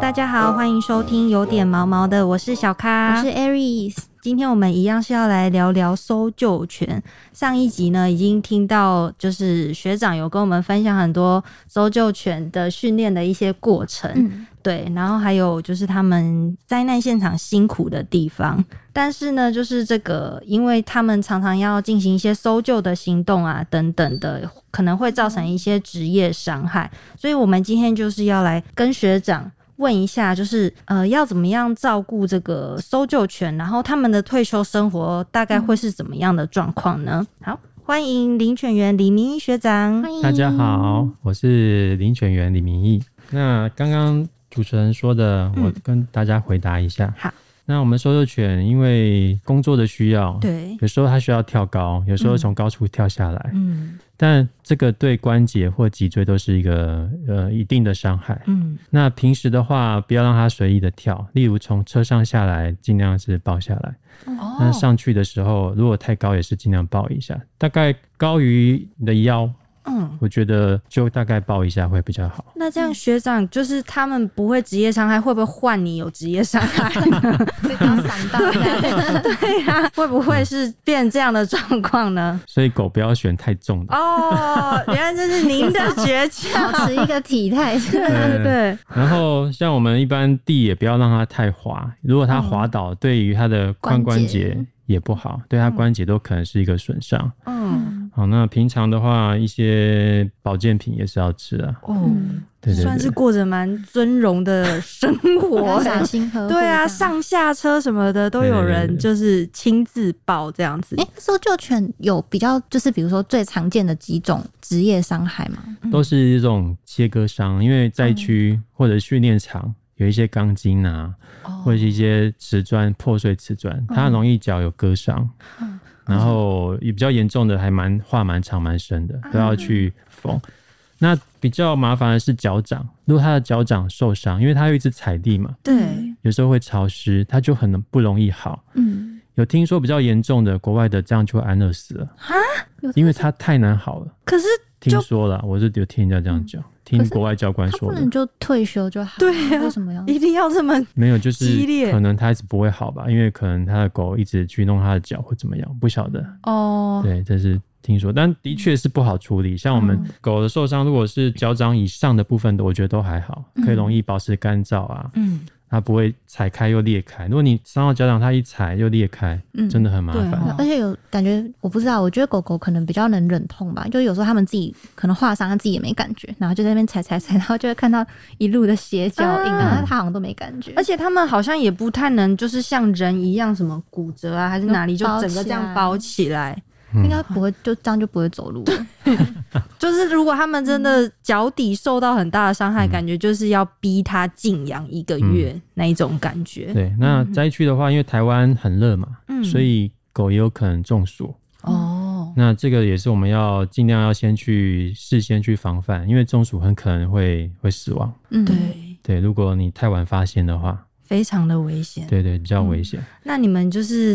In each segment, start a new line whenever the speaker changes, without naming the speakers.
大家好，欢迎收听有点毛毛的，我是小咖，
我是 Aries。
今天我们一样是要来聊聊搜救权。上一集呢，已经听到就是学长有跟我们分享很多搜救犬的训练的一些过程，
嗯
对，然后还有就是他们灾难现场辛苦的地方。但是呢，就是这个，因为他们常常要进行一些搜救的行动啊，等等的，可能会造成一些职业伤害。所以我们今天就是要来跟学长。问一下，就是呃，要怎么样照顾这个搜救犬，然后他们的退休生活大概
嗯
会是怎么样的状况呢？好，欢迎领犬员李明一学长。
欢迎
大家好，，我是林犬员李明义。嗯那刚刚主持人说的，
嗯
我跟大家回答一下。
好，
那我们搜救犬因为工作的需要，
对，
有时候它需要跳高，有时
嗯
候从高处跳下来，
嗯
但这个对关节或脊椎都是一个呃一定的伤害。
嗯
那平时的话，不要让它随意的跳，例如从车上下来，尽量是抱下来。那
哦
上去的时候，如果太高，也是尽量抱一下，大概高于你的腰，
嗯，
我觉得就大概抱一下会比较好。
那这样学长就是他们不会职业伤害，会不会换你有职业伤害？
被他闪到 了，
对啊呀、会不会是变这样的状况呢？
所以狗不要选太重的。
哦，原来这是您的诀窍。
保持一个体态。
对
对，
然后像我们一般地也不要让它太滑，如果它滑倒，对于它的髋关
关
节
节
也不好，对它关节都可能是一个损伤。
嗯，
好，那平常的话，一些保健品也是要吃啊。
哦，
嗯，
对对
算是
对，
过着蛮尊荣的生活
要
欸。
小心呵护。
对 啊，
这样。
上下车什么的都有人就是亲自抱这样子
哎、。搜救犬有比较，就是比如说最常见的几种职业伤害嘛？
都是一种切割伤，因为灾区或者训练场。有一些钢筋啊，
哦
或者是一些瓷砖破碎瓷砖，它很容易脚有割伤，然后也比较严重的还蛮话蛮长蛮深的，都要去缝。那比较麻烦的是脚掌，如果它的脚掌受伤，因为它有一直踩地嘛，
对，
有时候会潮湿，它就很不容易好。
嗯，
有听说比较严重的国外的这样就会安乐死了，因为它太难好了。
可是
听说了，我是有听人家这样讲，
嗯
听国外教官
他
说
不
的
能。就退休就好了，
对啊
为什么要？
一定要这么
没有，就是
激烈
可能它一直不会好吧，因为可能它的狗一直去弄它的脚或怎么样，不晓得。
哦？
对，这是听说，但的确是不好处理。像我
嗯
们狗的受伤，如果是脚掌以上的部分的，我觉得都还好，可以容易保持干燥啊，
嗯，
它不会踩开又裂开。如果你伤到脚掌，它一踩又裂开，
嗯
真的很麻
对哦
烦。
而且有感觉，我不知道，我觉得狗狗可能比较能忍痛吧，就有时候它们自己可能划伤，它自己也没感觉，然后就在那边踩踩踩，然后就会看到一路的血脚印，然后它啊好像都没感觉，
而且他们好像也不太能，就是像人一样，什么骨折啊，还是哪里就
包
整个
起
这样
来
包起来。
嗯
应该不会就这样就不会走路了。
就是如果他们真的脚底受到很大的伤害，
嗯
感觉就是要逼他静养一个月、那一种感觉。
对，那灾区的话，因为台湾很热嘛，
嗯
所以狗也有可能中暑。
哦，
那这个也是我们要尽量要先去事先去防范，因为中暑很可能会会死亡。
嗯，
对，
对，如果你太晚发现的话，
非常的危险。
对对，比较危险。
那你们就是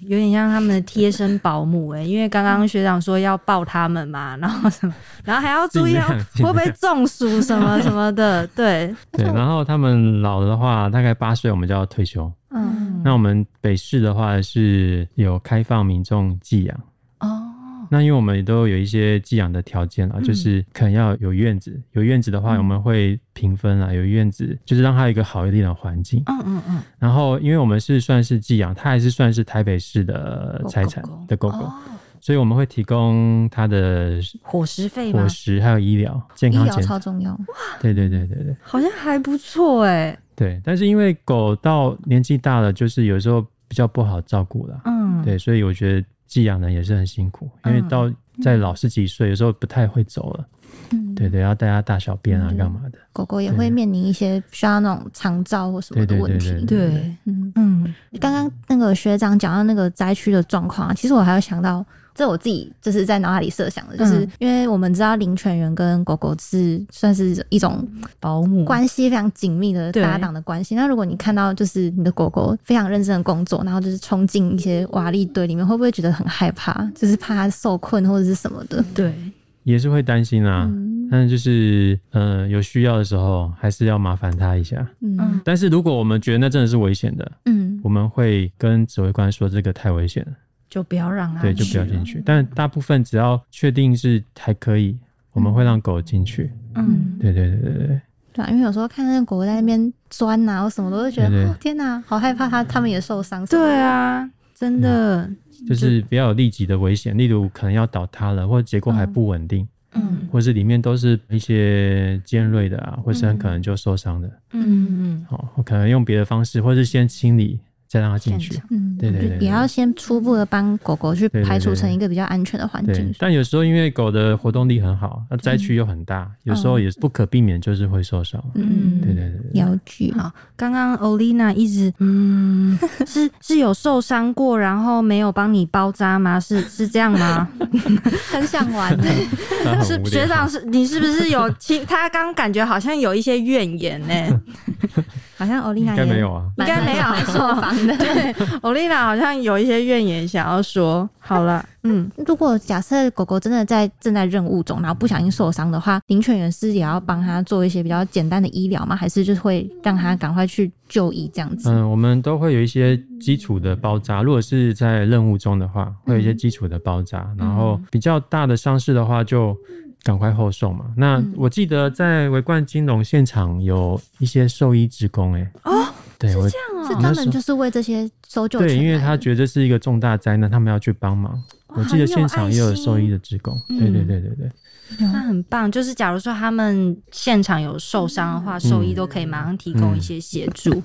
有点像他们的贴身保姆哎、因为刚刚学长说要抱他们嘛， 然后什么，然后还要注意
尽
要
量
会不会中暑什 么什么的。对，
对，然后他们老的话，大概八岁我们就要退休。
嗯，
那我们北市的话是有开放民众寄养，
哦，
那因为我们都有一些寄养的条件啦，就是可能要有院子，有院子的话我们会评分啦，有院子就是让它有一个好一点的环境。
嗯嗯嗯，
然后因为我们是算是寄养，它还是算是台北市的
狗
财产
狗哦狗
的狗狗，所以我们会提供它的
伙食费吗
伙？食还有医疗健
医
康
疗
检查
超。重要，
对对对对对。
好像还不错哎、
对，但是因为狗到年纪大了，就是有时候比较不好照顾啦。
嗯，
对，所以我觉得寄养人也是很辛苦，因为
嗯
到在老十几岁，有时候不太会走了。
嗯，
对对，要带它大小便啊，
嗯
干嘛的？
狗狗也会面临一些需要那种长照或什么的
对对
问
对对
题。
对
对，
嗯，
嗯
刚刚那个学长讲到那个灾区的状况啊，其实我还有想到，这我自己就是在脑海里设想的，就是、
嗯
因为我们知道领犬员跟狗狗是算是一种
保姆
关系非常紧密的
对
搭档的关系。那如果你看到就是你的狗狗非常认真的工作，然后就是冲进一些瓦砾堆里面，会不会觉得很害怕？就是怕它受困或者是什么的？
对，嗯
也是会担心啊。但是就是呃有需要的时候还是要麻烦他一下。
嗯
但是如果我们觉得那真的是危险的，
嗯
我们会跟指挥官说这个太危险了，
就不要让它
对，就不要
去
进去。但大部分只要确定是还可以，我们会让狗进去。
嗯，
对对对对对，
对啊，因为有时候看那个狗在那边钻呐、啊，或什么的，我就觉得
嗯对对
哦天哪、好害怕它，它们也受伤。
对，啊，真的，
就是比较有立即的危险，例如可能要倒塌了，或者结构还不稳定，
嗯
或是里面都是一些尖锐的啊，或是很可能就受伤的。
嗯嗯，
哦，可能用别的方式，或是先清理，再让它进去
现。
嗯，
对对对对
就也要先初步的帮狗狗去
对对对
排除成一个比较安全的环
对
境，。
但有时候因为狗的活动力很好，那灾区又很大，有时候也是不可避免就是会受伤。
嗯，
对对对对，
了解。
好，刚刚 Olina 一直嗯，是是有受伤过，然后没有帮你包扎吗？是是这样吗？
很想玩，
那很
是
无聊
学长是你是不是有其他刚感觉好像有一些怨言呢、
好像欧丽
应
娜
该
也
没有啊。
应
蛮
该没有
蛮受伤的。
对，欧丽娜好像有一些怨言想要说。好了，嗯，
如果假设狗狗真的在正在任务中，然后不小心受伤的话，领犬员是也要帮它做一些比较简单的医疗吗？还是就是会让它赶快去就医这样子？
嗯，我们都会有一些基础的包扎。如果是在任务中的话，会有一些
嗯
基础的包扎。然后比较大的伤势的话，就赶快后送嘛。那
嗯
我记得在维冠金融现场有一些兽医职工、欸，哎，
哦，
对，我
这样
是
哦、
专门就是为这些搜救犬来
嗯对，
的
因为他觉得这是一个重大灾难，他们要去帮忙。
哦
我记得现场也有兽医的职工，
嗯
对对对对对，
那很棒。就是假如说他们现场有受伤的话，兽医都可以马上提供一些协助。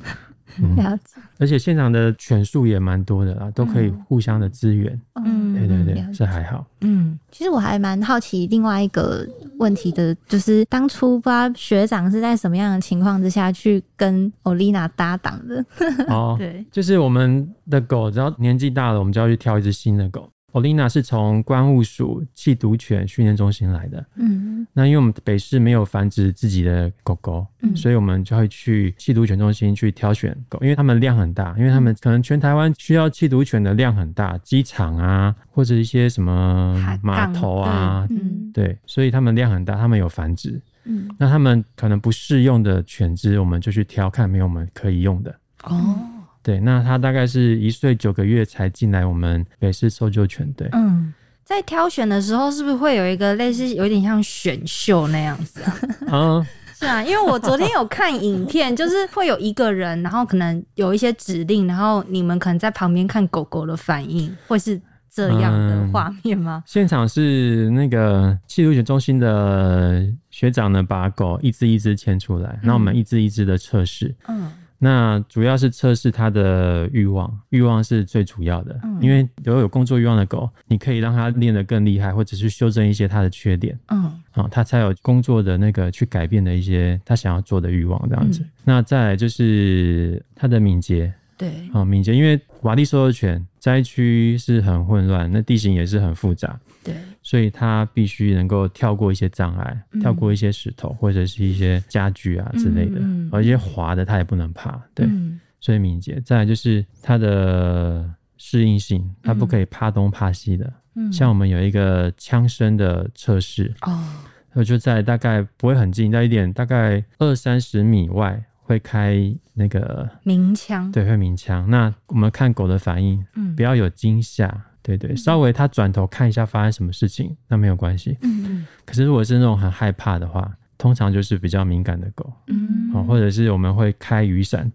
嗯，
了解，
而且现场的犬数也蛮多的啦，都可以互相的支援，
嗯，
对对
了
对，
解
这还好。
嗯，
其实我还蛮好奇另外一个问题的，就是当初不知道学长是在什么样的情况之下去跟欧丽娜搭档的。
哦，
对，
就是我们的狗，只要年纪大了，我们就要去挑一只新的狗。Olina 是从关务署弃毒犬训练中心来的。
嗯
那因为我们北市没有繁殖自己的狗狗，所以我们就会去弃毒犬中心去挑选狗，因为它们量很大，因为它们可能全台湾需要弃毒犬的量很大，机场啊或者一些什么
海
码
港
头啊，
嗯
对，所以它们量很大，它们有繁殖。
嗯，
那它们可能不适用的犬只，我们就去挑看没有我们可以用的。
哦，
对，那它大概是一岁九个月才进来我们北市搜救犬队。
嗯。在挑选的时候，是不是会有一个类似有点像选秀那样子啊？
嗯，
是啊，因为我昨天有看影片，就是会有一个人，然后可能有一些指令，然后你们可能在旁边看狗狗的反应，会是这样的
嗯
画面吗？
现场是那个气毒犬中心的学长呢，把狗一只一只牵出来，那、我们一只一只的测试。
嗯
那主要是测试它的欲望，欲望是最主要的，
嗯
因为如果有工作欲望的狗，你可以让它练得更厉害，或者是修正一些它的缺点。
嗯
啊、他才有工作的那个去改变的一些他想要做的欲望这样
嗯
子。那再来就是他的敏捷，
对，
啊、敏捷，因为瓦砾搜救犬灾区是很混乱，那地形也是很复杂，
对，
所以它必须能够跳过一些障碍，
嗯
跳过一些石头或者是一些家具啊之类的，
嗯嗯嗯
而一些滑的它也不能爬，对，
嗯
所以敏捷。再来就是它的适应性，它不可以怕东怕西的。
嗯
像我们有一个枪声的测试，
哦，
我就在大概不会很近，在一点大概二三十米外会开那个
鸣枪，
对会鸣枪。那我们看狗的反应，
嗯
不要有惊吓，对对，稍微它转头看一下发生什么事情，那没有关系。
嗯
可是如果是那种很害怕的话，通常就是比较敏感的狗，
嗯
哦，或者是我们会开雨伞，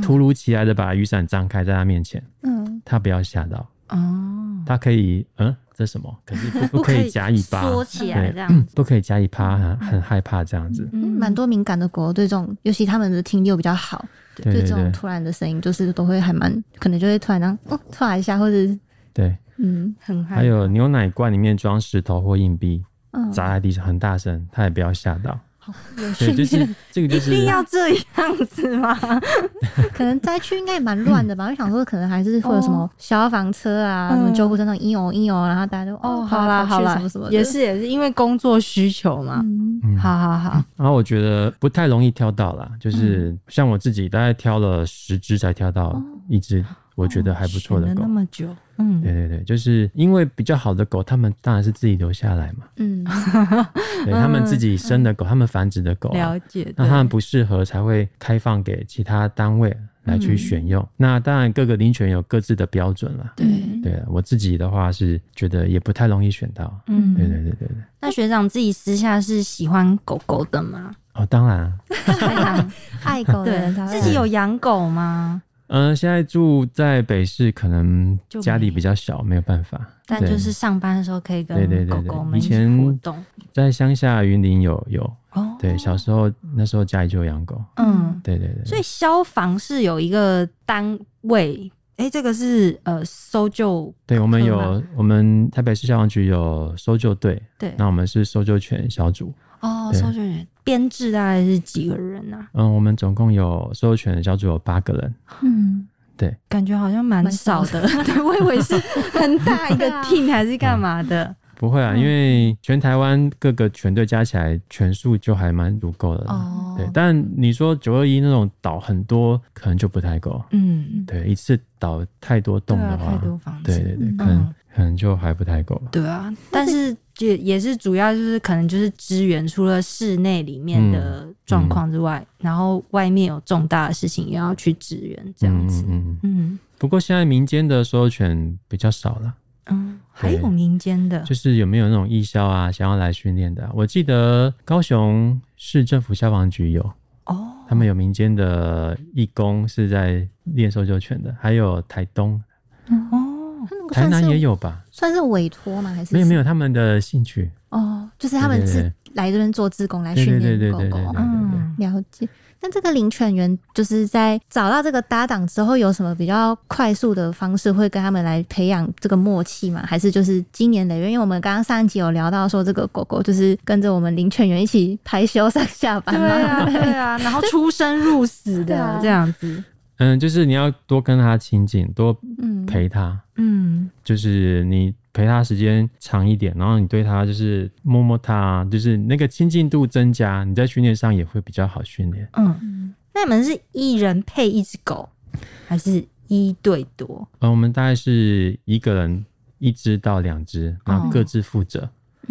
突如其来的把雨伞张开在它面前，
嗯，
它不要吓到，
哦，
它可以嗯这什么？可是不 不可以夹尾巴，
缩起来
对
这 样子，
不可以夹尾巴，很很害怕这样子。
嗯
蛮多敏感的狗对这种，尤其它们的听力又比较好，
对
就
对
这种
对
突然的声音，就是都会还蛮可能就会突然这样哦，突然一下，或者是
对，
嗯
很害
还有牛奶罐里面装石头或硬币，
嗯，
砸在地上很大声，它也不要吓到。
有
对，
训
就
练
是这个就
一
是
定要这样子吗？
可能灾区应该也蛮乱的吧？ 我想说，可能还是会有什么
哦
消防车啊、
嗯
什么救护车那种一哦一哦，然后大家就
哦，
跑
好
来
啦
跑
好
去
啦
什么什么，的
也是也是因为工作需求嘛。
嗯
嗯
好好好，
然后我觉得不
嗯
太容易挑到啦，就是像我自己大概挑了十只才挑到一只我觉得还不错的
哦选了
狗
那。么久，嗯，
对对对，就是因为比较好的狗，它们当然是自己留下来嘛，
嗯，
对它们自己生的狗，它们繁殖的狗啊、
嗯了解，
那它
对
们不适合才会开放给其他单位来去选用。
嗯
那当然，各个领犬有各自的标准啦。
嗯
对，
对，我自己的话是觉得也不太容易选到。
嗯，
对对对对对。
那学长自己私下是喜欢狗狗的吗？
哦，当然 啊，
非常
爱狗的
对
人才，会
自己有养狗吗？
嗯、现在住在北市，可能
就
家
没
里
有
比较小，没有办法。
但
对
就是上班的时候可以
对对
跟
对
狗
对
狗
以
们一起
前
活动。
在乡下云林有有，
哦，
对，小时候那时候家里就有养狗，
嗯，
对对对。
所以消防是有一个单位，哎，这个是呃搜救，
对，我们
科
有我们台北市消防局有搜救队，
对，
那我们是搜救犬小组。
哦，
对
搜救员编制大概是几个人啊？
嗯，我们总共有搜救犬小组有八个人。
嗯，
感觉好像蛮
蛮
少
少
的， 对，我以为是很大一个
对啊
team 还是干嘛的？
不会
嗯
啊，因为全台湾各个犬队加起来犬数就还蛮足够的啦。
哦
对，但你说九二一那种倒很多，可能就不太够。
嗯，
对，一次倒太多
对
栋
啊，
的话，
太多房
对
子，
对对，
嗯
可能、
嗯
可能就还不太够。
对啊，但是也也是主要就是可能就是支援，除了室内里面的状况之外，然后外面有重大的事情也要去支援，这样子
嗯。嗯嗯。
嗯
不过现在民间的搜救犬比较少了，
嗯，还有民间
嗯
的
就是有没有那种义消啊，想要来训练的啊、我记得高雄市政府消防局有，
哦，
他们有民间的义工是在练搜救犬的，还有台东、
哦，
他那个
台
算
南
是
也有吧？
算是委托吗？还是
没有没有，他们的兴趣。
哦，就是他们
对
是
对
来这边做志工来
对
训
对对
练狗
对对
狗
对。对
嗯，
了解。那这个领犬员就是在找到这个搭档之后，有什么比较快速的方式会跟他们来培养这个默契吗？还是就是经年累月？因为我们刚刚上一集有聊到说，这个狗狗就是跟着我们领犬员一起排休上下 班
对
嘛。
啊对啊，然后出生入 死
对
的
啊
这样子，
嗯，就是你要多跟他亲近，多
嗯，
陪他，
嗯
就是你陪他时间长一点，然后你对他就是摸摸他，就是那个亲近度增加，你在训练上也会比较好训练。
嗯。
嗯
那你们是一人配一只狗，还是一对多？
呃，我们大概是一个人一只到两只，然后各自负责。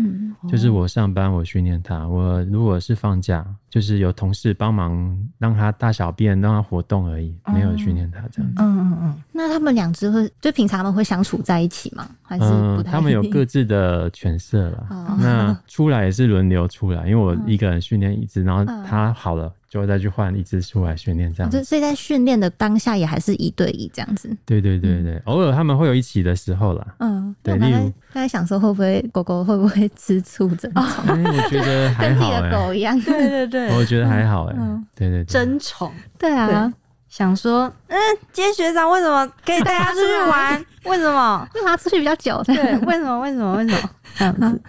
嗯
就是我上班，我训练它；我如果是放假，就是有同事帮忙让它大小便，让它活动而已，没有训练它这样子。
嗯嗯嗯，
那他们两只会就平常他们会相处在一起吗？还是不
嗯，
太？
他们有 各自的犬舍啦。
哦
那出来也是轮流出来，因为我一个人训练一只，然后
嗯
它好了就会再去换一只出来训练这样
就
子。
所哦以在训练的当下也还是一对一这样子。。
对对对对，偶尔他们会有一起的时候啦
嗯，
对
那我刚
例如
才刚才想说，会不会狗狗会不会吃醋症状，
哎，我觉得还
跟自己
好
的
哎，
狗一样？
对对对
我觉得还好哎
嗯，
对对对，
争宠。
对啊，
想说，嗯，今天学长为什么可以带 他出去玩？为什么？
因为它出去比较久嗯的。
对，为什么？为什么？为什么？这样子，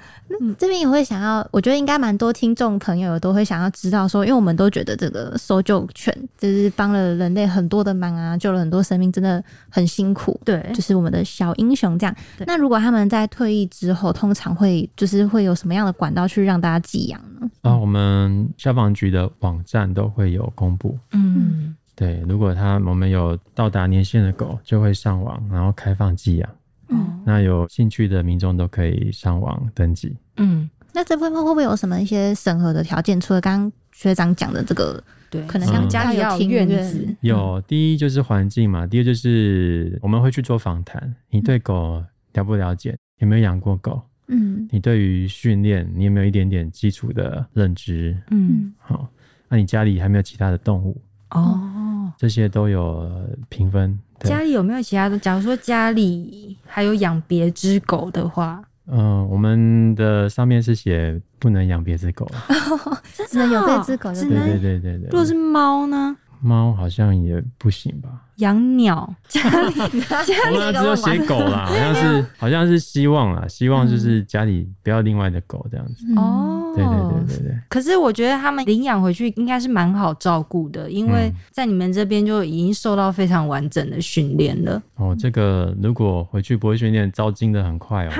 这边也会想要，我觉得应该蛮多听众朋友都会想要知道说，因为我们都觉得这个搜救犬就是帮了人类很多的忙啊，救了很多生命，真的很辛苦。
对
就是我们的小英雄这样
对。
那如果他们在退役之后，通常会就是会有什么样的管道去让大家寄养呢？
啊，我们消防局的网站都会有公布。
嗯，
对，如果它我们有到达年限的狗，就会上网，然后开放寄养。
哦
嗯
那有兴趣的民众都可以上网登记。
嗯，
那这部分会不会有什么一些审核的条件？除了刚刚学长讲的这个，
对，
可能
像
家
家
里
里要
要有
有
庭
院
院
子，
有，第一就是环境嘛，第二就是我们会去做访谈，你
嗯
对狗了不了解？有没有养过狗？
嗯
你对于训练，你有没有一点点基础的认知？
嗯，
嗯
好、那你家里还没有其他的动物？
哦，
这些都有评分。对，
家里有没有其他的？假如说家里还有养别只狗的话，
嗯、我们的上面是写不能养别只 狗了。
只能有这只狗就
只
对
对对
能。
对对对。
哦如果是猫呢？
猫好像也不行吧？
养鸟，
我们只有写狗 啦，好像是好像是希望啦，希望就是家里不要另外的狗这样子。
嗯
嗯
哦，
对对对对对，
可是我觉得他们领养回去应该是蛮好照顾的，因为
嗯
在你们这边就已经受到非常完整的训练了。
哦，这个如果回去不会训练，招金的很快哦。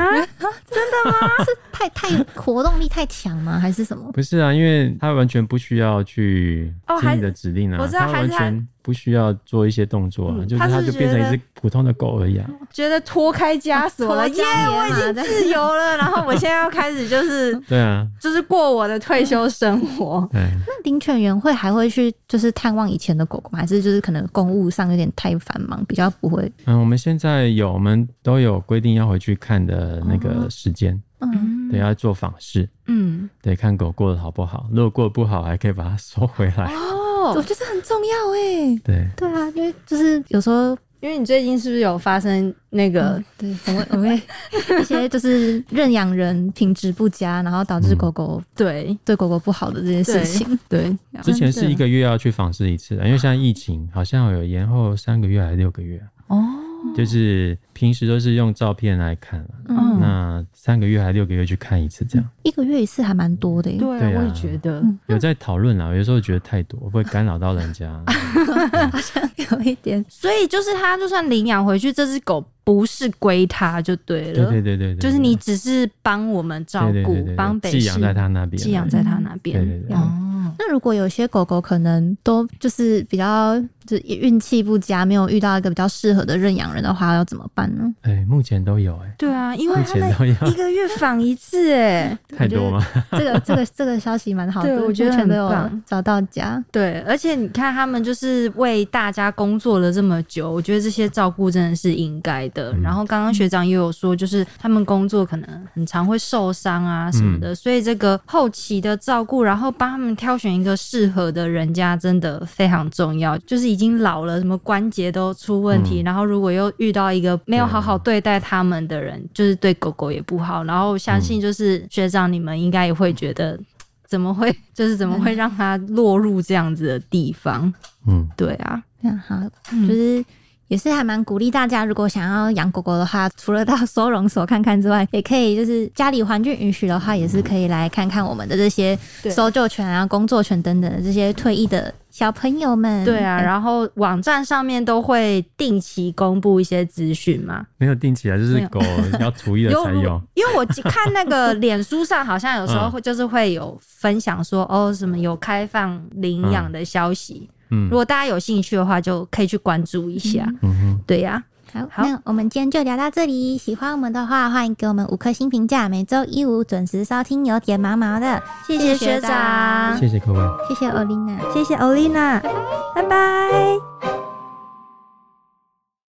太太活动力太强吗？还是什么？
不是啊，因为它完全不需要去
哦
听
还
你的指令啊，
我知道
它完
还是
全不不需要做一些动作啊，
嗯
就是
他
它
是
就变成
觉得
一只普通的狗而已啊。
觉得啊脱开枷锁了，耶，我已经自由了， 然后我现在要开始就是
对啊，
就是过我的退休生活。
哎，
那领犬员会还会去就是探望以前的狗狗吗，还是就是可能公务上有点太繁忙，比较不会？
嗯，我们现在有我们都有规定要回去看的那个
哦
时间，
嗯，
对，要做访视，
嗯，
对，看狗过得好不好。如果过得不好，还可以把它收回来。
我
哦，
觉得很重要哎、
对，
对啊，因为就是有时候
因为你最近是不是有发生那个？
嗯对，我们我们 会一些就是认养人品质不佳，然后导致
嗯
狗狗
对
对狗狗不好的这件事情。
啊嗯对，
之前是一个月要去访视一次啊的，因为现在疫情好像有延后三个月还是六个月啊、
哦，
就是平时都是用照片来看啊
嗯，
嗯
那三个月还六个月去看一次这样。
一个月一次还蛮多的耶。
对啊，
对啊
我也觉得。
嗯
有在讨论啊，有时候觉得太多会干扰到人 家。啊
哎
有一点
所以就是他就算领养回去，这只狗不是归他就对
对
了，
对对对对，
就是你只是帮我们照
对对对对
顾
对，
帮北
寄养
市
在他那边，啊
寄养在他那边。
对对对
哦，
那如果有些狗狗可能都就是比较就是运气不佳，没有遇到一个比较适合的认养人的话，要怎么办呢？
哎，目前都有哎，
对啊，因为
目
他
前
们
都有
一 个月访一次，哎，
太多吗？
这个这个这个消息蛮好的，
对我觉得
目前都
很
有
棒
找到家。
对，而且你看他们就是为大家工作了这么久，我觉得这些照顾真的是应该的。
嗯
然后刚刚学长也有说，就是他们工作可能很常会受伤啊什么的，所以这个后期的照顾，然后帮他们挑选一个适合的人家，真的非常重要。就是已经老了，什么关节都出问题，
嗯
然后如果又遇到一个没有
对啊
好好对待他们的人，就是对狗狗也不好。然后相信就是学长你们应该也会觉得怎么会，就是怎么会让他落入这样子的地方？
嗯，
对啊，
那好，
嗯
就是也是还蛮鼓励大家，如果想要养狗狗的话，除了到收容所看看之外，也可以就是家里环境允许的话，也是可以来看看我们的这些
对
搜救犬啊、工作犬等等的这些退役的小朋友们。
对啊，然后网站上面都会定期公布一些资讯嘛。
没有定啊起来，就
没
是
有
狗要除 役了才
如
有。嗯
因为我看那个脸书上好像有时候会就是会有分享说、哦什么有开放领养的消息，
嗯
如果大家有兴趣的话，就可以去关注一下。
嗯哼，
对呀、
好，
好
那我们今天就聊到这里。喜欢我们的话，欢迎给我们五颗星评价。每周一五准时收听，有点毛毛的，谢
谢
谢
学
学
长
长，
谢谢各位。
谢谢欧琳娜。
谢谢欧丽娜，拜拜